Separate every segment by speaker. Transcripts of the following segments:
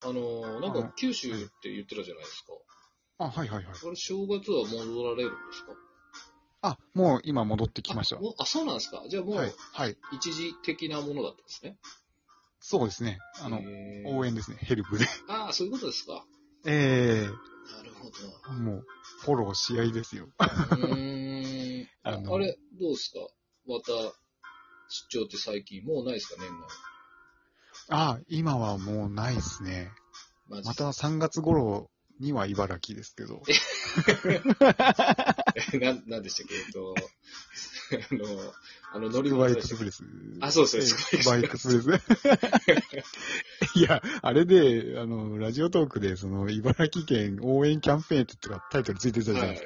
Speaker 1: あの、なん
Speaker 2: は
Speaker 1: か
Speaker 2: い
Speaker 1: 九州って言ってたじゃないですか。
Speaker 2: あ、はいはいはい。
Speaker 1: これ正月は戻られるんですか
Speaker 2: あ、もう今戻ってきました
Speaker 1: あ。もうあ、そうなんですか。じゃあもう
Speaker 2: はい。はい。
Speaker 1: 一時的なものだったんですね。
Speaker 2: そうですね。あの、
Speaker 1: へー
Speaker 2: 応援ですね。ヘルプで。
Speaker 1: ああ、そういうことですか。
Speaker 2: え
Speaker 1: なるほ
Speaker 2: えもう、フォローし合いですよ。
Speaker 1: ど。うーん。あ
Speaker 2: あの
Speaker 1: あれ、どうですかまた、出張って最近、もうないですか、年内。
Speaker 2: あ、今はもうないですね。
Speaker 1: マジ
Speaker 2: また3月頃には茨城ですけど。
Speaker 1: で ななんでしたっけ、えっと、 あの、あの乗り
Speaker 2: ウ
Speaker 1: 物
Speaker 2: バイ
Speaker 1: で
Speaker 2: ク
Speaker 1: したっけ
Speaker 2: スプレス。
Speaker 1: あ、そう
Speaker 2: え
Speaker 1: そう、
Speaker 2: え
Speaker 1: ス
Speaker 2: ウ
Speaker 1: パ
Speaker 2: バ
Speaker 1: イ
Speaker 2: イ
Speaker 1: ク
Speaker 2: クスプレス。 いや、あれで、あの、ラジオトークで、その、茨城県応援キャンペーンってとかタイトルついてたじゃないです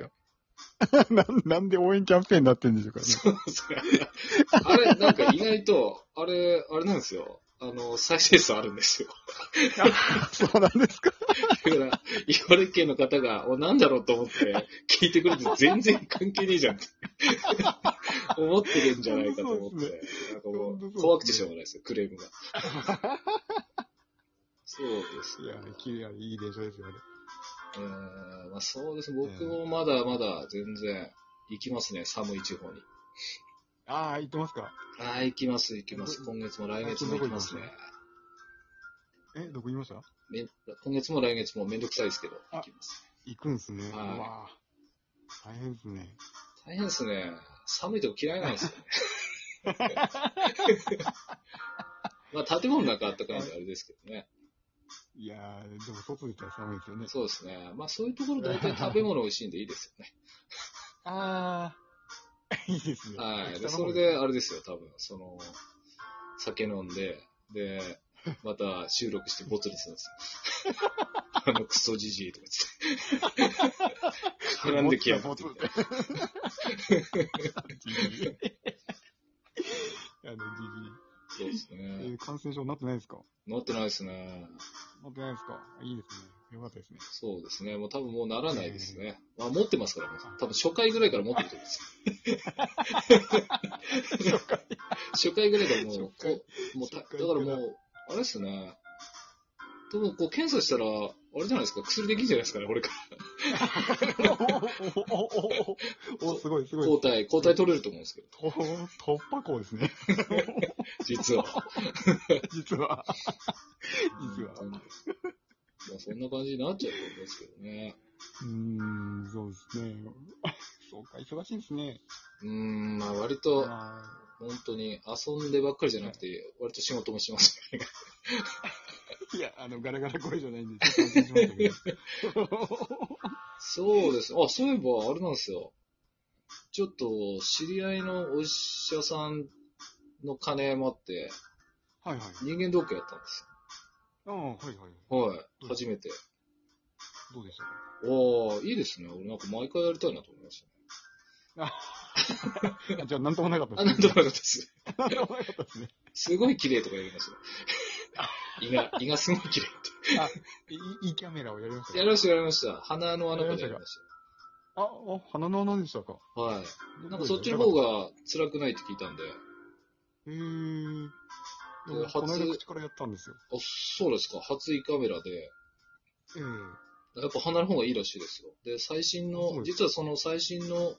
Speaker 2: か。 なんなんで応援キャンペーンになってんでしょうかね。
Speaker 1: そうそうあれ、なんか意外と、あれ、あれなんですよ。あの、再生数あるんですよ。
Speaker 2: そうなんですか。
Speaker 1: だから、茨城県の方が、お、なんだろうと思って、聞いてくれて全然関係ねえじゃんって 思ってるんじゃないかと思って、
Speaker 2: そうで
Speaker 1: なんかも
Speaker 2: 本当そうです
Speaker 1: う、
Speaker 2: ね
Speaker 1: 怖くてしょうがないですよ、クレーム が。そうです
Speaker 2: い
Speaker 1: ね
Speaker 2: や、きれいいいでしょですよね。
Speaker 1: えーまあ、そうですね、僕もまだまだ全然行きますね、寒い地方に。
Speaker 2: ああ、行ってますか。
Speaker 1: ああ、行きます、行きます。今月も来月も行きますね。
Speaker 2: え、どこ行きました
Speaker 1: めん今月も来月もめんどくさいですけど、
Speaker 2: あ
Speaker 1: 行きます。
Speaker 2: 行くんすね。
Speaker 1: はいう
Speaker 2: わー大変ですね。
Speaker 1: 大変ですね。寒いとこ嫌いなんですよね。 まあ、建物の中あったかいんであれですけどね。
Speaker 2: いやー、でも外出たら寒いですよね。
Speaker 1: そうですね。まあ、そういうところ大体食べ物美味しいんでいいです よね。
Speaker 2: ああ、いいですね。
Speaker 1: はい。で、
Speaker 2: 北の
Speaker 1: そ
Speaker 2: 方
Speaker 1: れで、あれですよ、多分。その、酒飲んで、で、また収録してボツにするんです よ。あの、クソじじいとか言って。絡んできやがってみたいな。
Speaker 2: ジジイあの、
Speaker 1: そうです
Speaker 2: ジジイ
Speaker 1: ね。
Speaker 2: えー感染症なってないですか
Speaker 1: なってないですね。
Speaker 2: なってないですかいいですね。よかったですね。
Speaker 1: そうですね。もう多分もうならないですね。まあ持ってますからね。多分初回ぐらいから持ってると思います。初回ぐらいからもう、
Speaker 2: 初回
Speaker 1: こうもうただ
Speaker 2: 初
Speaker 1: か
Speaker 2: 回
Speaker 1: ら
Speaker 2: から
Speaker 1: もう、あれですね。でもこう検査したら、あれじゃないですか、薬できるんじゃないですかね、これか
Speaker 2: おおおおおおすごいす
Speaker 1: ら。
Speaker 2: ごい。
Speaker 1: 抗体、抗体取れると思うんですけど、
Speaker 2: と突破口ですね。
Speaker 1: 実は。
Speaker 2: 実 は。実は。
Speaker 1: うんまあそんな感じになっちゃうと思うんですけどね。
Speaker 2: うーん、そうですね。 そうか、忙しいですね。
Speaker 1: うーん、まあ割と、
Speaker 2: あ
Speaker 1: 本当に遊んでばっかりじゃなくて、割と仕事もしますね。
Speaker 2: ーいや、あの、ガラガラ声じゃないんで、ちょっと安心しましたけど
Speaker 1: そうです。あ、そういえば、あれなんですよ。ちょっと、知り合いのお医者さんの金もあって、
Speaker 2: はいはい。
Speaker 1: 人間ドックやったんです
Speaker 2: ああ、はいはい。
Speaker 1: よ。はい。
Speaker 2: うん
Speaker 1: 初めて。
Speaker 2: どうでしたか
Speaker 1: おー、いいですね。俺なんか毎回やりたいなと思いましたね。
Speaker 2: あじゃあ、なんともなかった
Speaker 1: あ、なんともなかったです。
Speaker 2: なんともなかったですね。
Speaker 1: すごい綺麗とかやりま した。胃が、胃がすごい綺麗っ。
Speaker 2: あ、いいいキャメラをやりましてた
Speaker 1: やり
Speaker 2: か
Speaker 1: ました、やりました。鼻の穴からやりまし
Speaker 2: あ、あ、鼻の穴でしたか
Speaker 1: た。はい。なんかそっちの方。が辛くないって聞いたんで。
Speaker 2: へー。でも
Speaker 1: 初
Speaker 2: この間口からやったんですよ。
Speaker 1: あ、そうですか。初胃カメラで。
Speaker 2: ええ
Speaker 1: やっぱ離れの方がいいらしいですよ。で、最新
Speaker 2: そ
Speaker 1: の、
Speaker 2: うです
Speaker 1: 実はその最新の、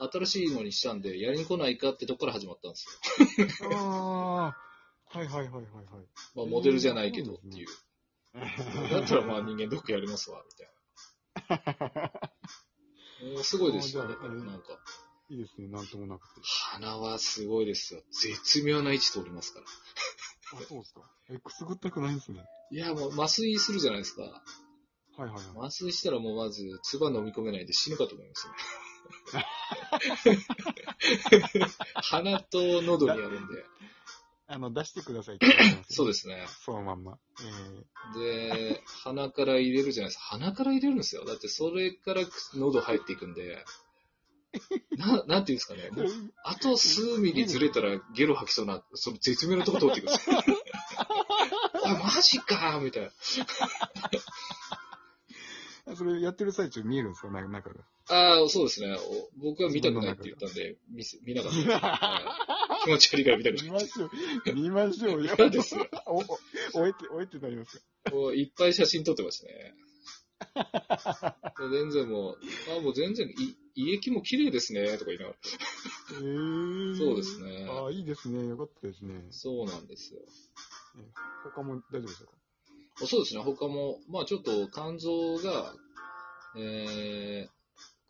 Speaker 1: 新しいのにしたんで、やりに来ないかってとこから始まったんです
Speaker 2: ああ、はいはいはいはいはい。
Speaker 1: よ。まあ、モデルじゃないけどっていう。だったらまあ人間ドックやりますわ、みた いな。もうすごいですよ、
Speaker 2: あ
Speaker 1: だ
Speaker 2: ーじゃあ
Speaker 1: からなんか。
Speaker 2: いいですね、なんともなくて。
Speaker 1: 鼻はすごいですよ。絶妙な位置通りますから。
Speaker 2: あ、そうですか。え、くすぐったくないんですね。
Speaker 1: いや、もう麻酔するじゃないですか。
Speaker 2: はいはいはい。
Speaker 1: 麻酔したらもうまず、唾飲み込めないんで死ぬかと思いますね。 鼻と喉にあるんで。
Speaker 2: あの、出してくださいって言われてま す。
Speaker 1: そうですすね。
Speaker 2: そのまんま。え
Speaker 1: で、鼻から入れるじゃないですか。鼻から入れるんですよ。だってそれから喉入っていくんで、ななんていうんですかね。
Speaker 2: え
Speaker 1: もうあと数ミリずれたらゲロ吐きそうな、その絶妙なとこ通ってくるんですよ。あ、マジかみたいな。
Speaker 2: あそれやってる最中見えるんですかな中が。
Speaker 1: ああ、そうですね。お僕は見たくないって言ったんで、見せ見なかったです。はい気持ち悪いから見たく
Speaker 2: 見
Speaker 1: な
Speaker 2: ま
Speaker 1: い。
Speaker 2: しょう。見ましょうよ。
Speaker 1: 嫌ですよ
Speaker 2: お、お、おえって、おえってなりますか
Speaker 1: もういっぱい写真撮ってましたね。もう全然もう、あ、もう全然、い胃液も綺麗ですね、とか言いながら。
Speaker 2: えー
Speaker 1: そうですね
Speaker 2: ああ、いいですね。よかったですね。
Speaker 1: そうなんですよ。
Speaker 2: 他も大丈夫でしょうか
Speaker 1: そうですね、他も、まあちょっと肝臓が、えー、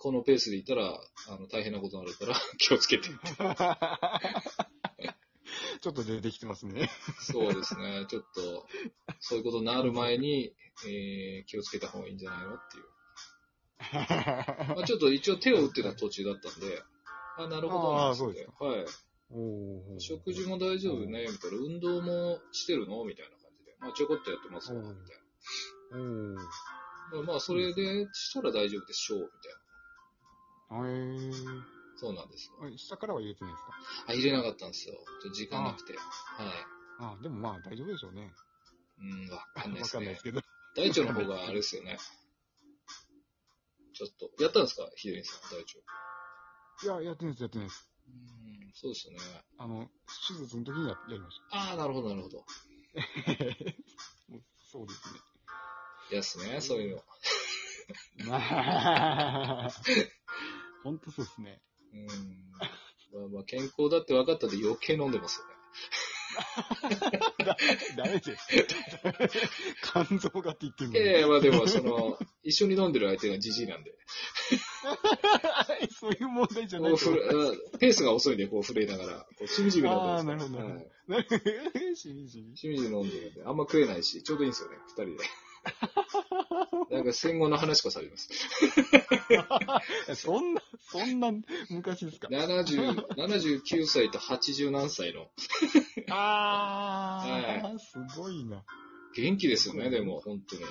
Speaker 1: このペースでいったら、あの、大変なことになるから、 気をつけて。
Speaker 2: ちょっと出てきてま すね。
Speaker 1: そうですね、ちょっと、そういうことになる前に、えー、気をつけた方がいいんじゃないのっていう。まあちょっと一応手を打ってた途中だったんで、あ、なるほどな
Speaker 2: あ
Speaker 1: ん
Speaker 2: ー
Speaker 1: つ
Speaker 2: そ
Speaker 1: っ
Speaker 2: うで
Speaker 1: て
Speaker 2: す。
Speaker 1: はい。
Speaker 2: おー
Speaker 1: 食事も大丈夫ね、みたいな。運動もしてるのみたいな感じで。まあちょこっとやってますよ、みたいな。
Speaker 2: おー
Speaker 1: まあまあ、それでしたら大丈夫でしょう、みたいな。
Speaker 2: えー、
Speaker 1: そうなんですよ。
Speaker 2: あ下からは入れてないですか
Speaker 1: あ、入れなかったんですよ。ちょっと時間なくて。はい。
Speaker 2: ああ、でもまあ大丈夫でしょうね。
Speaker 1: うん、わ
Speaker 2: わ
Speaker 1: かんないです
Speaker 2: かんな
Speaker 1: ね
Speaker 2: いで。すけど。
Speaker 1: 大腸の方があれですよね。ちょっと。やったんですかひでりさん、大腸。
Speaker 2: いや、やってないです、やってないです。
Speaker 1: うん、そうですよね。
Speaker 2: あの、手術の時にややりまし
Speaker 1: ああ、なるほど、なるほど。
Speaker 2: た。もうそうですね。
Speaker 1: いやっすね、そういうの。
Speaker 2: まあ、 ほんとそうですね。
Speaker 1: うん。まあまあ、健康だって分かったんで余計飲んでますよね。
Speaker 2: ダメです。肝臓がって言ってるの
Speaker 1: いやいや、まあでも、その、一緒に飲んでる相手がジジイなんで。
Speaker 2: にそういう問題じゃな
Speaker 1: こ
Speaker 2: いうと
Speaker 1: ふ
Speaker 2: 思
Speaker 1: れあペースが遅いんで、こう震えながら、こうしみじみ飲んでますから
Speaker 2: あーなるほどなるほど
Speaker 1: はい。
Speaker 2: う。しみじみ。
Speaker 1: しみじみ飲んでるんで、あんま食えないし、ちょうどいいんですよね、二人 で。なんか戦後の話しかされます。
Speaker 2: そんな、そんな昔ですか。
Speaker 1: 70 79歳と80何歳の。
Speaker 2: ああ、すごいな。
Speaker 1: 元気ですよね、でも、本当に。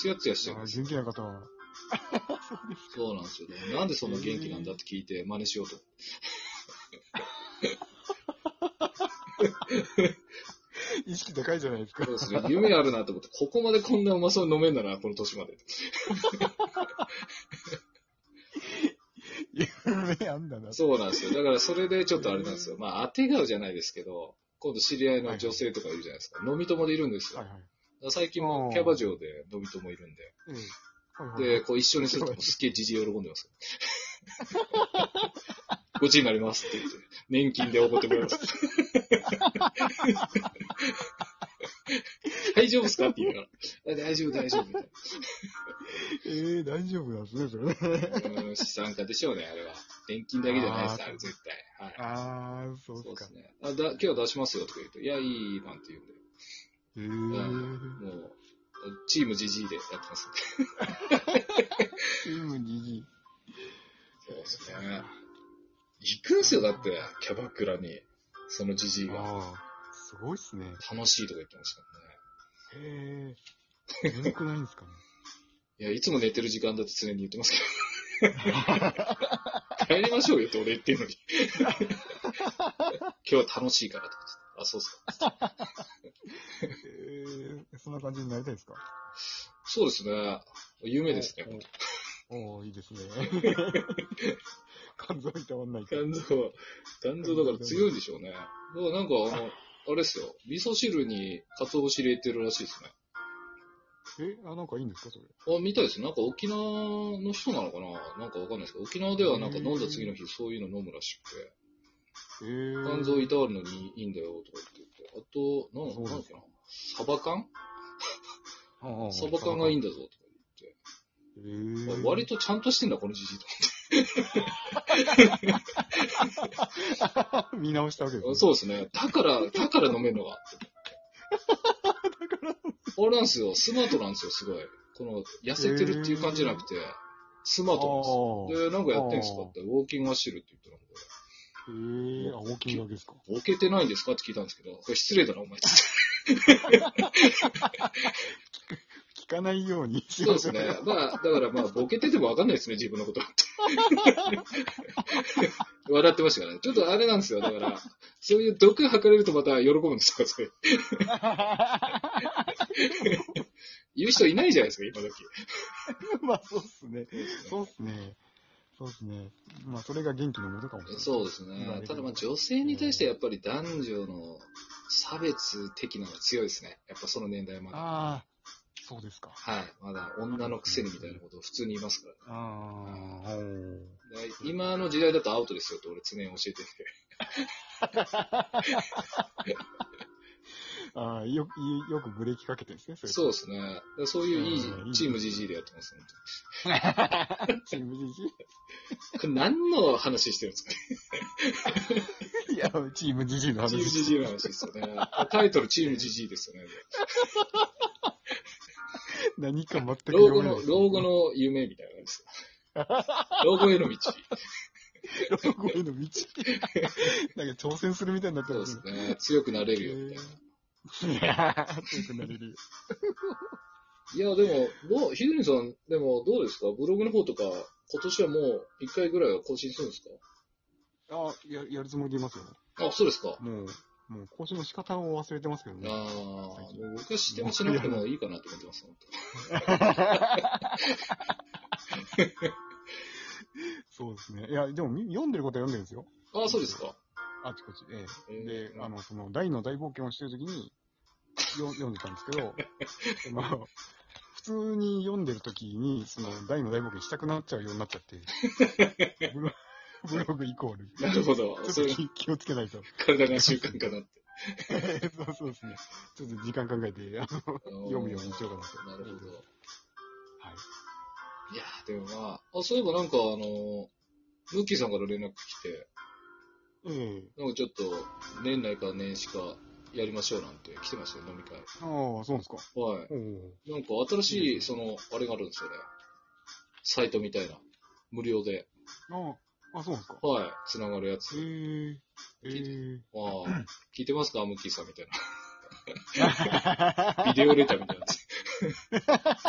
Speaker 1: ツヤツヤしてるん
Speaker 2: あ
Speaker 1: で
Speaker 2: ー
Speaker 1: すよ
Speaker 2: 元気な方は。
Speaker 1: そうなんですよ、ね。なんでそんな元気なんだって聞いて、真似しようと。
Speaker 2: 意識高いじゃないですか
Speaker 1: そう。で すね。夢あるなと思って、ここまでこんなうまそうに飲めんなら、この年まで。
Speaker 2: 夢あんだな。
Speaker 1: そうなんですよ。だからそれでちょっとあれなんですよ。まあ、当てがうじゃないですけど、今度知り合いの女性とかいるじゃないですか。飲み友でいるんですよ。
Speaker 2: はい
Speaker 1: だか
Speaker 2: はい。
Speaker 1: ら最近もキャバ嬢で飲み友いるんで。
Speaker 2: ええ はいはい
Speaker 1: で、こう一緒にするともうすっげえじじい喜んで ます。ごちになりますって言って、年金で怒ってもらい ます。大丈夫ですかって言うから。大丈夫、大丈夫みたいな。
Speaker 2: ええ大丈夫なんですね、それ。
Speaker 1: うん資産家でしょうね、あれは。年金だけじゃないです、あれ絶対。はい。
Speaker 2: ああ、そう
Speaker 1: そ
Speaker 2: っ
Speaker 1: う
Speaker 2: す
Speaker 1: で
Speaker 2: か
Speaker 1: す。ね。あだ今日は出しますよとか言うと、いや、いい、なんて言うんで。
Speaker 2: ええ
Speaker 1: もう、チーム GG でやってます。
Speaker 2: チーム GG。
Speaker 1: そうですね。行くんすよ、だって、キャバクラに。その GG が。
Speaker 2: ああ、すごいっすね。
Speaker 1: 楽しいとか言ってましたからね。
Speaker 2: へえ。眠くないんですかね。
Speaker 1: いや、いつも寝てる時間だって常に言ってますけ ど。帰りましょうよって俺言ってんのに。 今日は楽しいからとか言って。あ、そうっすか。
Speaker 2: ええそんな感じになりたいですか
Speaker 1: そうですね。夢ですね。
Speaker 2: おおーいいですね。肝臓痛まんないから。
Speaker 1: 肝臓、肝臓だから強いんでしょうね。だからなんかあの、あれですよ。味噌汁に鰹節入れてるらしいですね。
Speaker 2: え、あ、なんかいいんですかそれ。
Speaker 1: あ、みたいですね。なんか沖縄の人なのかななんかわかんないですけど、沖縄ではなんか飲んだ次の日そういうの飲むらしくて、
Speaker 2: ええ
Speaker 1: 肝臓いたわるのにいいんだよとか言ってて、あと、なん
Speaker 2: そう
Speaker 1: な
Speaker 2: な
Speaker 1: だっ
Speaker 2: んんです
Speaker 1: け
Speaker 2: か
Speaker 1: なサバ缶
Speaker 2: ああ
Speaker 1: サバ缶がいいん
Speaker 2: だ。
Speaker 1: だぞとか
Speaker 2: え
Speaker 1: 言って、
Speaker 2: ー、
Speaker 1: あ割とちゃんとしてんだ、このじじいと
Speaker 2: 見直したわけです、
Speaker 1: 思って。
Speaker 2: う。
Speaker 1: そうですね。だから、だから飲めるのが。あれなんですよ。スマートなんですよ、すごい。この、痩せてるっていう感じじゃなくて、スマートなんですよ。で、なんかやってんすかって、ウォーキング走るって言ってたので、
Speaker 2: ええあ、大きいわけですか。
Speaker 1: ボケてないんですかって聞いたんですけど、これ失礼だな、お前って。
Speaker 2: 聞かないようにし
Speaker 1: そう
Speaker 2: ま
Speaker 1: で
Speaker 2: し
Speaker 1: す
Speaker 2: ょう
Speaker 1: ね。 まあ、だからまあ、ボケててもわかんないですね、自分のことは。 笑ってましたからね。ちょっとあれなんですよ。だから、そういう毒吐かれるとまた喜ぶんですよ、それ。言う人いないじゃないですか、今時。
Speaker 2: まあ、そうっすね。そうっすね。そうっすね。まあ、それが元気のもとかもしれない。
Speaker 1: そうですね。ただまあ女性に対してやっぱり男女の差別的なのが強いですね。やっぱその年代まで。
Speaker 2: ああ、そうですか。
Speaker 1: はい。まだ女のくせにみたいなことを普通に言いますからね。
Speaker 2: ああ、うん。
Speaker 1: だから今の時代だとアウトですよって俺常に教えてきて。
Speaker 2: ああ、よ、よよくブレーキかけてるんですね、それ
Speaker 1: そうですね。だからそういう
Speaker 2: うん
Speaker 1: い
Speaker 2: いい
Speaker 1: いチーム GG でやってます、本
Speaker 2: チーム GG?
Speaker 1: 当にこれ何の話してるんですかね
Speaker 2: いや、チーム GG の
Speaker 1: チーム
Speaker 2: 話。
Speaker 1: GG の話ですよね。タイトルチーム GG ですよね。
Speaker 2: 何か全く
Speaker 1: 老
Speaker 2: 読
Speaker 1: 後
Speaker 2: めない
Speaker 1: の
Speaker 2: で、すね。
Speaker 1: 老後の夢みたいなので す。老後への道。
Speaker 2: 老後への道。なんか挑戦するみたいになって
Speaker 1: そう
Speaker 2: ま
Speaker 1: ですす
Speaker 2: ね。
Speaker 1: ね。強くなれるよみたいな。
Speaker 2: いやー、 強くなれるよ。
Speaker 1: いや、でも、どう、ひずりさん、でもどうですかブログの方とか、今年はもう一回ぐらいは更新するんです
Speaker 2: あや、やるつもりでいますよ。
Speaker 1: かあ、そうですか。
Speaker 2: もう、もう更新の仕方を忘れてますけど
Speaker 1: あ
Speaker 2: ね。
Speaker 1: あ、僕はしてもしなくてもいいかなと思ってます。本
Speaker 2: そうですね。いや、でもみ読んでることは読んでるんですよ。
Speaker 1: 当ああ、そうですか。
Speaker 2: あちこち。ええ
Speaker 1: ええ
Speaker 2: で、あの、その、大の大冒険をしてるときに、よ読んでたんですけど、でも普通に読んでるときに、その、大の大冒険したくなっちゃうようになっちゃって、ブロブログイコール。
Speaker 1: なるほど。そ
Speaker 2: ちょ
Speaker 1: れ
Speaker 2: っと
Speaker 1: が
Speaker 2: 気気をつけないと。
Speaker 1: 体が習慣かなって。
Speaker 2: そうそうですね。ちょっと時間考えて、あの読むようにしようかな
Speaker 1: な
Speaker 2: と。
Speaker 1: るほど。
Speaker 2: はい。
Speaker 1: いやー、でもまあ、あ、そういえばなんかあの、ムッキーさんから連絡来て、
Speaker 2: ええ
Speaker 1: なんかちょっと、年内か年始かやりましょうなんて来てましたよ、飲み会。
Speaker 2: ああ、そうなんですか。
Speaker 1: は
Speaker 2: おお。
Speaker 1: い。なんか新しい、その、あれがあるんですよね。サイトみたいな。無料で。
Speaker 2: ああ、あ、そうなんですか。
Speaker 1: はい。つながるやつ。
Speaker 2: えええ
Speaker 1: ああ、聞いてますかムッキーさんみたいな。
Speaker 2: え
Speaker 1: ビデオレターみたいなやつ。